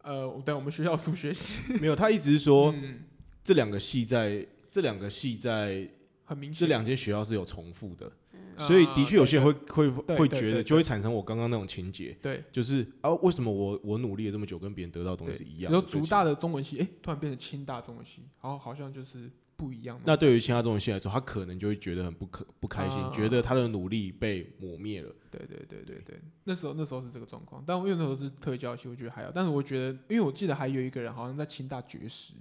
S3: 呃，我对我们学校数学系，
S4: 没有，他一直说
S3: 嗯，
S4: 这两个系在这两个系在
S3: 很明
S4: 这
S3: 显，呃
S4: 两间学校是有重复的，所以的确有些人会会
S3: 嗯啊对
S4: 会
S3: 对
S4: 觉
S3: 对
S4: 得
S3: 对
S4: 就会产生我刚刚那种情节，
S3: 对
S4: 就是啊，为什么我我努力了这么久，跟别人得到的东
S3: 对
S4: 西是一
S3: 比
S4: 样
S3: 如
S4: 的？
S3: 说竹
S4: 对
S3: 大的中文系，哎、突然变成清大中文系，然后好像就是不一样嘛。
S4: 那对于其他这种系来说，他可能就会觉得很不可不开心，
S3: 啊
S4: 觉得他的努力被抹灭了。
S3: 对对对对对，那时候那时候是这个状况，但因为那时候是特教系，我觉得还好。但是我觉得，因为我记得还有一个人好像在清大绝食，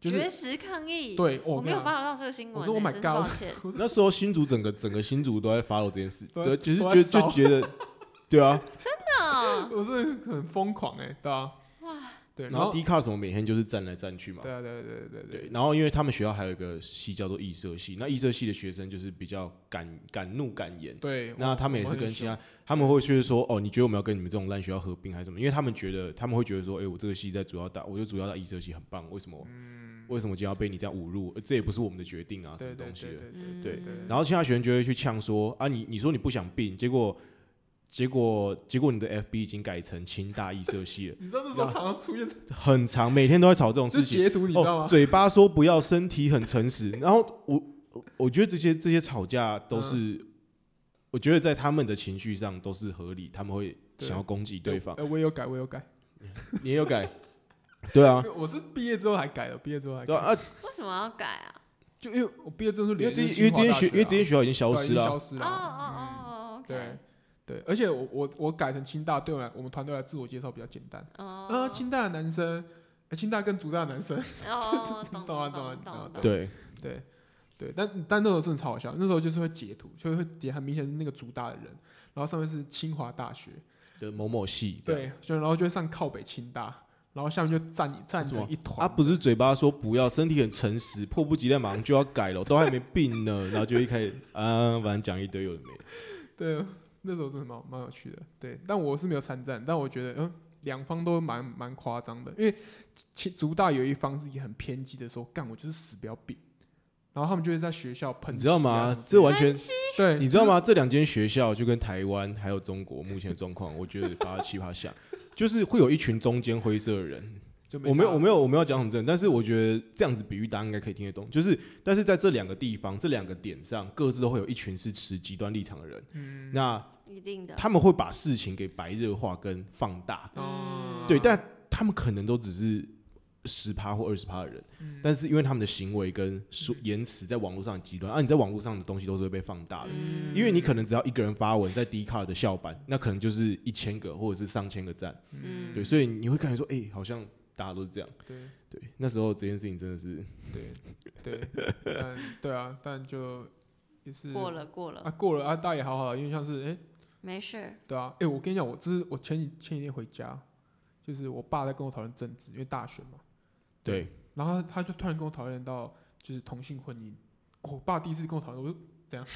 S3: 就是
S5: 绝食抗议，，
S3: 对，我
S5: 我
S3: 跟
S5: 没
S3: 你
S5: 有
S3: 讲
S5: follow 到这个新闻
S3: 我
S5: 欸，
S3: 说 Oh my
S5: 真是
S3: God
S5: 抱歉，
S4: 那时候新竹整个整个新竹都在 follow 这件事，
S3: 都
S4: 对，
S3: 在
S4: 就是
S3: 都
S4: 觉得
S3: 在烧
S4: 就觉 得，对啊。
S5: 那
S3: 我是很疯狂哎、对啊，对，
S4: 然
S3: 然后
S4: 后 D 卡什么每天就是站来站去嘛，
S3: 对啊对对对对
S4: 对。然后因为他们学校还有一个系叫做艺社系，那艺社系的学生就是比较敢敢怒敢言，
S3: 对，
S4: 那
S3: 我
S4: 他们也
S3: 我
S4: 是
S3: 很
S4: 跟其
S3: 凶
S4: 他，他们会去说，哦，你觉得我们要跟你们这种烂学校合并还是什么？因为他们觉得，他们会觉得说，哎、我这个系在主要打，我就主要打艺社系很棒，为什么？为什么今天要被你这样侮辱？呃这也不是我们的决定啊，什
S3: 嗯对
S4: 么
S3: 对
S4: 东西
S3: 对
S4: 的。
S3: 对
S5: 嗯
S3: 对
S5: 对
S3: 对，，
S4: 然后其他学生就会去呛说，啊，你你说你不想并，结果结果结果你的 FB 已经改成清大艺社系了
S3: 你知道那时候常常出现
S4: 很长，每天都在吵这种
S3: 就
S4: 事
S3: 是
S4: 情。
S3: 截图， 你知道
S4: 哦，
S3: 吗？
S4: 嘴巴说不要，身体很诚实。然后我我我觉得这些这些吵架都是，
S3: 嗯
S4: 我觉得在他们的情绪上都是合理，他们会
S3: 对
S4: 想要攻击对方。
S3: 呃，我也有改，我也有改，
S4: 你也有改， 对 啊，
S3: 我是毕业之后还改的，毕业之后还改
S4: 对，啊，啊
S5: 为什么要改啊？
S3: 就因为我毕业证书
S4: 因
S3: 连
S4: 为这
S3: 就是
S4: 因为这些
S3: 清华大
S4: 学因为这些
S3: 学
S4: 学校已经消
S3: 啊对已
S4: 失
S3: 经
S4: 了啊，
S3: 消失
S5: 哦
S3: 了啊，
S5: 哦哦哦，OK，
S3: 对对，而且我我我改成清大，对我来我们团队来自我介绍比较简单，
S5: 哦，
S3: 呃，清大的男生，呃清大跟竹大的男生，
S5: 哦，懂
S3: 懂啊懂啊
S5: 懂
S3: 懂啊
S5: 懂懂，
S4: 对，
S3: 对对，但但那时候真的超好笑，那时候就是会截图，就会截很明显是那个竹大的人，然后上面是清华大学，
S4: 的某某系这样。
S3: 对，就然后就会上靠北清大，然后下面就站一站
S4: 什么
S3: 成一团，
S4: 啊，不是嘴巴说不要，身体很诚实，迫不及待马上就要改了，都还没病呢，然后就一开始啊，反正讲一堆有的没的。
S3: 对，那时候真的蛮蛮有趣的。对，但我是没有参战，但我觉得，嗯，两方都蛮蛮夸张的，因为其足大有一方是也很偏激的说，干我就是死不要病，然后他们就会在学校喷、啊
S4: 你知道吗？这
S3: 我
S4: 完全
S3: 对，
S4: 你知道吗？这两间学校就跟台湾还有中国目前的状况，我觉得八七八像，就是会有一群中间灰色的人。
S3: 就
S4: 我没有，
S3: 差
S4: 我没有，我没有讲很正，但是我觉得这样子比喻大家应该可以听得懂。就是，但是在这两个地方、这两个点上，各自都会有一群是持极端立场的人。
S3: 嗯，
S4: 那
S5: 一定的，
S4: 他们会把事情给白热化跟放大，
S5: 嗯
S3: 哦
S4: 对，但他们可能都只是十趴或二十趴的人，但是因为他们的行为跟说言辞在网络上很极端，而、啊、你在网络上的东西都是会被放大的。
S5: 嗯
S4: 因为你可能只要一个人发文在 d 卡的校版，那可能就是一千个或者是上千个赞，
S5: 嗯
S4: 对，所以你会感觉说，哎、好像大家都是这样，
S3: 对
S4: 对，那时候这件事情真的是，
S3: 对对，但对啊，但就也是
S5: 过了过
S3: 啊，
S5: 了，
S3: 过了啊，大也好好，因为像是哎、
S5: 没事，
S3: 对啊，哎、我跟你讲，我这是我前几前几天回家，就是我爸在跟我讨论政治，因为大选嘛。
S4: 对，
S3: 然后他就突然跟我讨论到就是同性婚姻，哦我爸第一次跟我讨论，我就 怎样，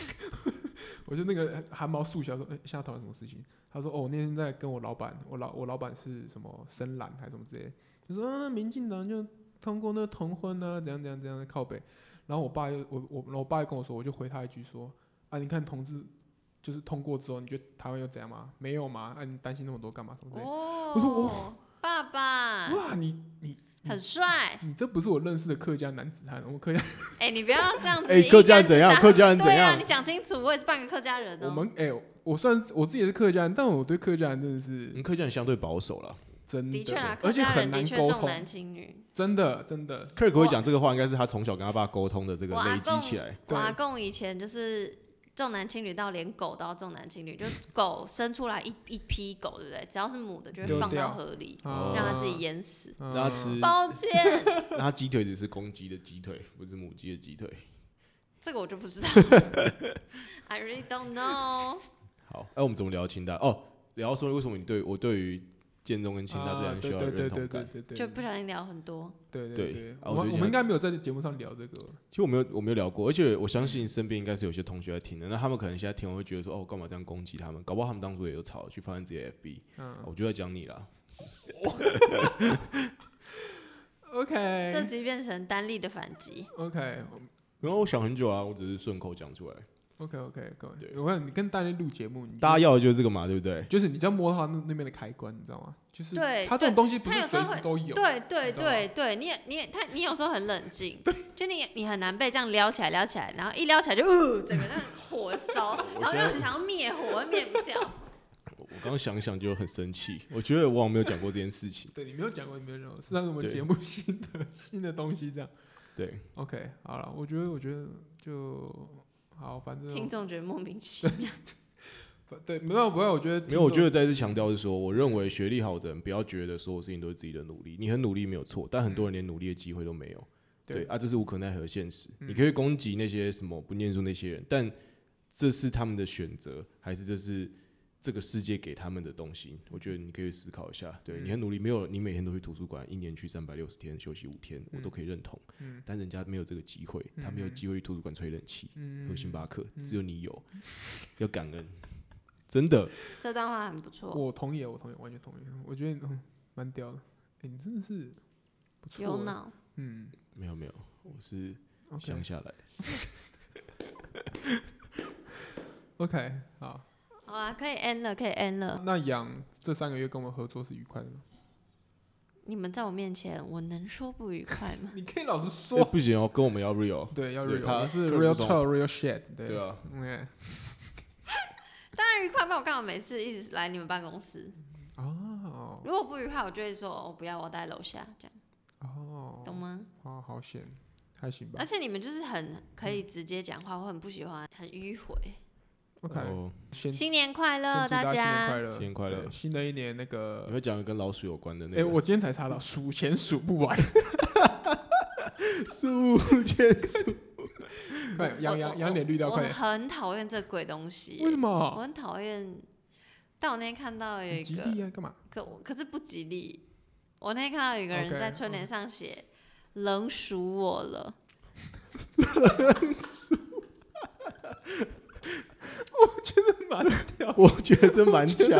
S3: 我就那个汗毛竖起来说，哎、现在讨论什么事情？他说，哦，我那天在跟我老板，我老我老板是什么深蓝还是什么之类的，就说、啊、民进党就通过那同婚啊，怎样怎样怎样的靠北。然后我爸又我我然后我爸又跟我说，我就回他一句说，啊，你看同志就是通过之后，你觉得台湾又怎样吗？没有吗？啊，你担心那么多干嘛？什么之类的。我说
S5: 哦哦，爸爸，
S3: 哇，你你
S5: 很帅。
S3: 你这不是我认识的客家男子汉，我们客家，
S5: 哎、你不要这样子。
S4: 哎客家人
S5: 人
S4: 怎样客家人怎
S5: 对啊，
S4: 样
S5: 你讲清楚，我也是半个客家人哦。
S3: 我们哎、我算我自己也是客家人，但我对客家人真的是
S4: 嗯，客家人相对保守了。
S3: 真
S5: 的确啦，
S3: 而
S5: 客
S3: 且
S5: 家
S3: 很
S5: 人的
S3: 难
S5: 确
S3: 沟
S5: 重
S3: 通，
S5: 男轻女。
S3: 真的真的，
S4: 克 k 会讲这个话，应该是他从小跟他爸沟通的这个
S5: 我阿
S4: 累积
S5: 公
S4: 起来。
S5: 我
S3: 对
S5: 阿公以前就是重男轻女到连狗都要重男轻女，就是狗生出来一一批狗，对不对？只要是母的就会
S3: 丢
S5: 放
S3: 掉
S5: 到河里，
S3: 啊
S5: 让它自己淹死。
S3: 嗯
S4: 哦让他吃，
S5: 抱歉，
S4: 让他鸡腿只是公鸡的鸡腿，不是母鸡的鸡腿。
S5: 这个我就不知道，I really don't know。
S4: 好，哎、我们怎么聊清大？哦，聊说为什么你对我对于建中跟清大这
S3: 啊
S4: 两个学
S3: 对
S4: 校
S3: 对
S4: 有认
S3: 对
S4: 同
S3: 对对
S4: 感？
S3: 对对，
S5: 就不小心聊很多，
S3: 对
S4: 对
S3: 对
S4: 啊，
S3: 我
S4: 我
S3: 们
S4: 就
S3: 我
S4: 想
S3: 们应该没有在节目上聊这个，
S4: 其实我没有我没有聊过，而且我相信身边应该是有些同学在听的，那他们可能现在听完会觉得说，哦，干嘛这样攻击他们？搞不好他们当初也有吵，去发现自己的 FB，、
S3: 嗯
S4: 我就在讲你啦。
S5: 这
S3: ，OK
S5: 集变成单立的反击。
S3: OK
S4: 然后我想很久啊，我只是顺口讲出来。
S3: OK OK，各位，
S4: 对
S3: 我看你跟大家录节目，你
S4: 大家
S3: 要
S4: 要的就是这个嘛，对不对？
S3: 就是你就要摸到他那那边的开关，你知道吗？就是
S5: 对
S3: 它这种东西不是
S5: 它有时
S3: 随
S5: 候
S3: 时都有，
S5: 对对
S3: 你知道吗
S5: 对对，你也你也他你有时候很冷静，就你你很难被这样撩起来撩起来，然后一撩起来就呃，整个那火 烧，
S4: 我
S5: 然
S4: 现
S5: 后
S4: 在
S5: 让你想要灭火，灭不掉。
S4: 我我刚刚想一想就很生气，我觉得我好像没有讲过这件事情。
S3: 对你没有讲过，你没有讲过，是但是我们
S4: 对
S3: 节目新的 新的东西这样。
S4: 对，
S3: OK，好了，我觉得我觉得就好，反
S5: 听
S3: 正
S5: 众觉得莫名其 妙。
S3: 反对没有不要，我觉得
S4: 没有，我觉
S3: 得
S4: 得再次强调是说，我认为学历好的人不要觉得所有事情都是自己的努力，你很努力没有错，但很多人连努力的机会都没有。对
S3: 对
S4: 啊，这是无可奈何的现实。你可以攻击那些什么不念书那些人，但这是他们的选择，还是这是这个世界给他们的东西？我觉得你可以思考一下。对、你很努力，没有你每天都去图书馆，一年去三百六十天，休息五天，我都可以认同。但人家没有这个机会，他没有机会去图书馆吹冷气、喝星巴克，只有你有，要感恩。真的，
S5: 这段话很不错，
S3: 我同意，啊我同意，完全同意。我觉得你嗯蛮屌的，哎，你真的是不错
S5: 有
S3: 欸，
S5: 脑。
S3: 嗯
S4: 没有没有，我是
S3: ，OK
S4: 乡下来的。
S3: OK，好，
S5: 好啦，可以 end 了，可以 end 了。
S3: 那养这三个月跟我们合作是愉快的吗？？
S5: 你们在我面前，我能说不愉快吗
S3: 你可以老实
S4: 欸
S3: 说，
S4: 不行哦，跟我们要 real。
S3: 对，要
S4: 对
S3: real，
S4: 他
S3: 我们是
S4: 个人
S3: real
S4: 不
S3: talk real shit，对
S4: 对啊，
S3: ，OK，
S5: 当然愉快吧，我干嘛每次一直来你们办公室？
S3: 哦
S5: 如果不愉快，我就会说哦，不要，我待楼下这样，懂啊
S3: 哦，
S5: 吗？
S3: 哦，好险，还行吧
S5: 而且你们就是很可以直接讲话，我很不喜欢很迂回。
S3: ，OK，
S4: 哦
S3: 先
S5: 新年快 乐，
S3: 先祝大嗯新年快
S5: 哦家！
S3: 乐，
S4: 新年快乐
S3: 对新的一年那个
S4: 你会讲跟老鼠有关的那
S3: 哎、
S4: 个？
S3: 我今天才查到，数钱数不完。
S4: 数千
S3: 快
S5: 我
S3: 养养养脸绿掉，
S5: 我
S3: 快
S5: 我
S3: 点！
S5: 很讨厌这鬼东西
S3: 为，什
S5: 我
S3: 么？
S5: 很讨厌。但我那天看到有
S3: 很
S5: 一
S3: 吉
S5: 个，
S3: 利啊，干嘛？
S5: 可可是不吉利。我那天看到有一个人
S3: OK，嗯
S5: 在春联上写“冷数我了”，
S4: 我觉得蛮强。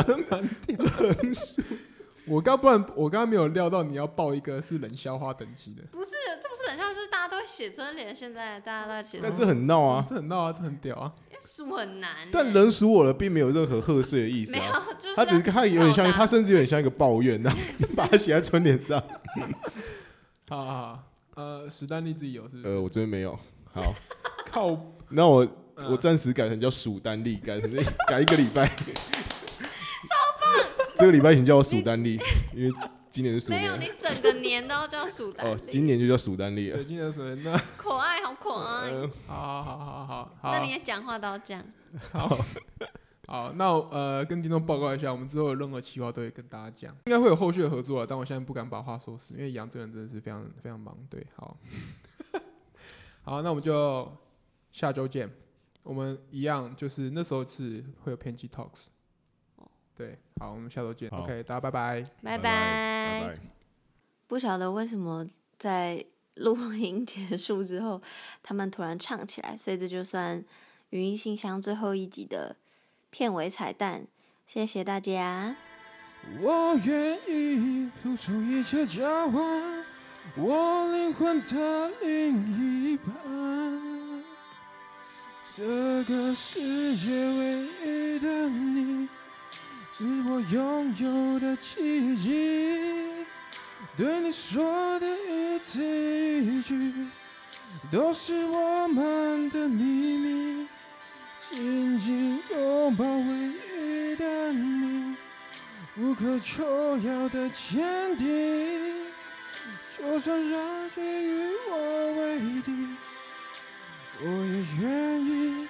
S3: 啊 我刚不然我刚刚没有料到你要报一个是冷笑话等级的，
S5: 不是，这不是冷笑话，就是大家都会写春联，现在大家都在写春
S4: 但
S5: 联，
S4: 这很闹啊！
S3: 这很闹啊，这很屌啊！
S5: 因为数很难欸。
S4: 但人数我了，并没有任何贺岁的意思
S5: 没
S4: 啊。
S5: 有，就是
S4: 他只是他有点像，
S5: 表达
S4: 他甚至有点像一个抱怨， 然后把它写在春联上。
S3: 好好好，呃，史丹利自己有是不是？
S4: 呃，我这边没有。好，
S3: 靠，
S4: 那我
S3: 嗯
S4: 我暂时改成叫数单力，改成改一个礼拜。超棒！这个礼拜请叫我数单 力，因为今年是鼠
S5: 没有，
S4: 年
S5: 你整个年都要叫数 单
S4: 哦，
S5: 立
S4: 今年就叫数单力了
S3: 对，。今年是那
S5: 可爱，好可爱。
S4: 呃
S3: 啊好好好好好
S5: 那
S3: 好
S5: 你也讲话都要这样，
S3: 好，那我呃，跟听众报告一下，我们之后有任何企划都会跟大家讲，应该会有后续的合作啊，但我现在不敢把话说死，因为杨这个人真的是非常非常忙。对，好， 好，那我们就下周见。我们一样，就是那时候是会有偏激 talks。对，好，我们下周见。
S4: 好
S3: OK，大家拜拜。
S5: 拜
S4: 拜
S5: 拜
S4: 拜。
S5: 不晓得为什么在录音结束之后，他们突然唱起来，所以这就算《语音信箱》最后一集的片尾彩蛋。谢谢大家。
S2: 我愿意付出一切交换，我灵魂的另一半。这个世界唯一的你，是我拥有的奇迹。对你说的的词一句，都是我们的秘密。紧紧拥抱唯一的你，无可救药的坚定。就算让你与我为敌，我也愿意，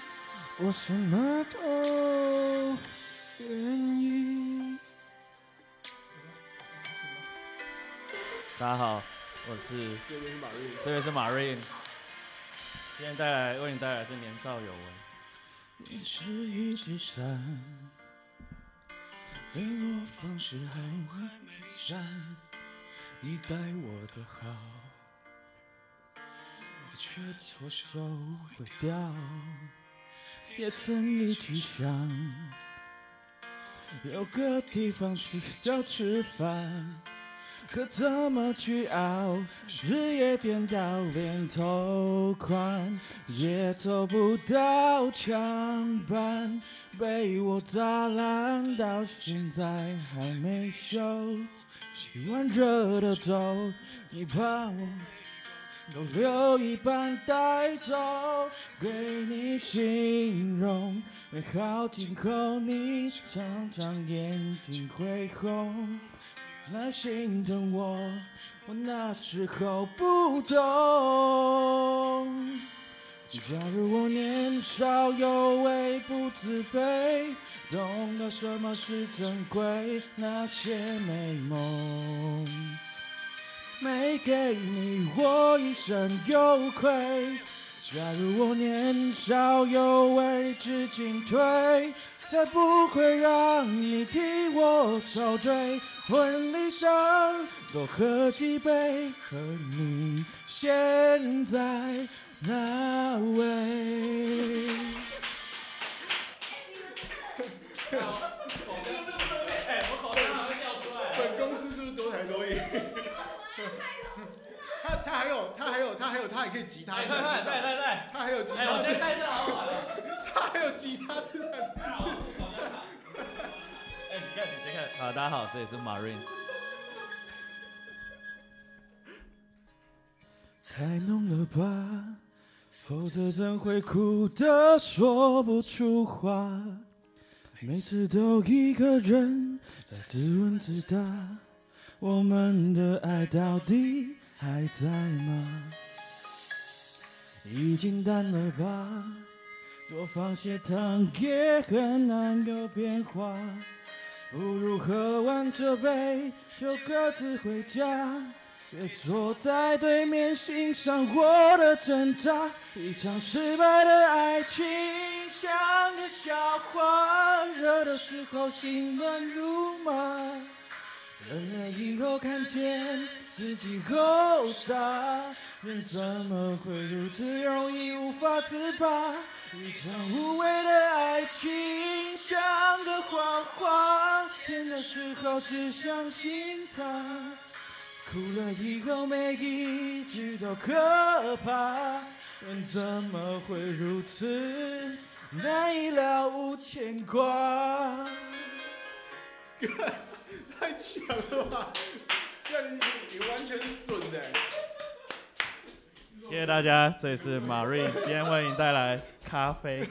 S2: 我什么都愿意。
S6: 大家好，我是这位是马瑞，这位是马瑞，今天带来为你带来是年少有为。
S7: 你是一只伞，联络方式还没删，你待我的好，我却错手毁掉。也曾一起想，有个地方需要吃饭，可怎么去熬？日夜颠倒，连头款也凑不到墙板，被我砸烂，到现在还没修。喜欢热的走，你怕我都留一半带走，给你形容美好今后，你常常眼睛会红。原来心疼我，我那时候不懂。假如我年少有为，不自卑，懂得什么是珍贵，那些美梦，没给你，我一生有愧。假如我年少有为，知进退，才不会让你替我受罪。婚礼上多喝几杯，和你现在那位。
S1: 本公司是不是多才多艺？ 他他还有他还有他还有他也可以吉他
S6: 来
S1: 自
S6: 来来
S1: 弹自
S6: 来
S1: 唱，
S6: 来来，
S1: 他还有吉
S6: 哎，我
S1: 他自
S6: 今天带这好好玩哦。
S1: 他还有吉他自弹。
S6: 哎，你看，你先看。好，大家好，这里是 Marine。
S7: 太浓了吧，否则怎会哭得说不出话？每次都一个人在自问自答，我们的爱到底还在吗？已经淡了吧，多放些糖也很难有变化，不如喝完这杯就各自回家。别坐在对面欣赏我的挣扎，一场失败的爱情像个笑话，热的时候心乱如麻，冷了以后看见自己后傻，人怎么会如此容易无法自拔？一场无谓的爱情像个谎话，甜的时候只相信它。哭了以后每一句都可怕，人怎么会如此难以了无牵挂？
S1: 太强了吧！这你你完全是准的、
S6: 谢谢大家，这里是 Marine，今天为你带来咖啡。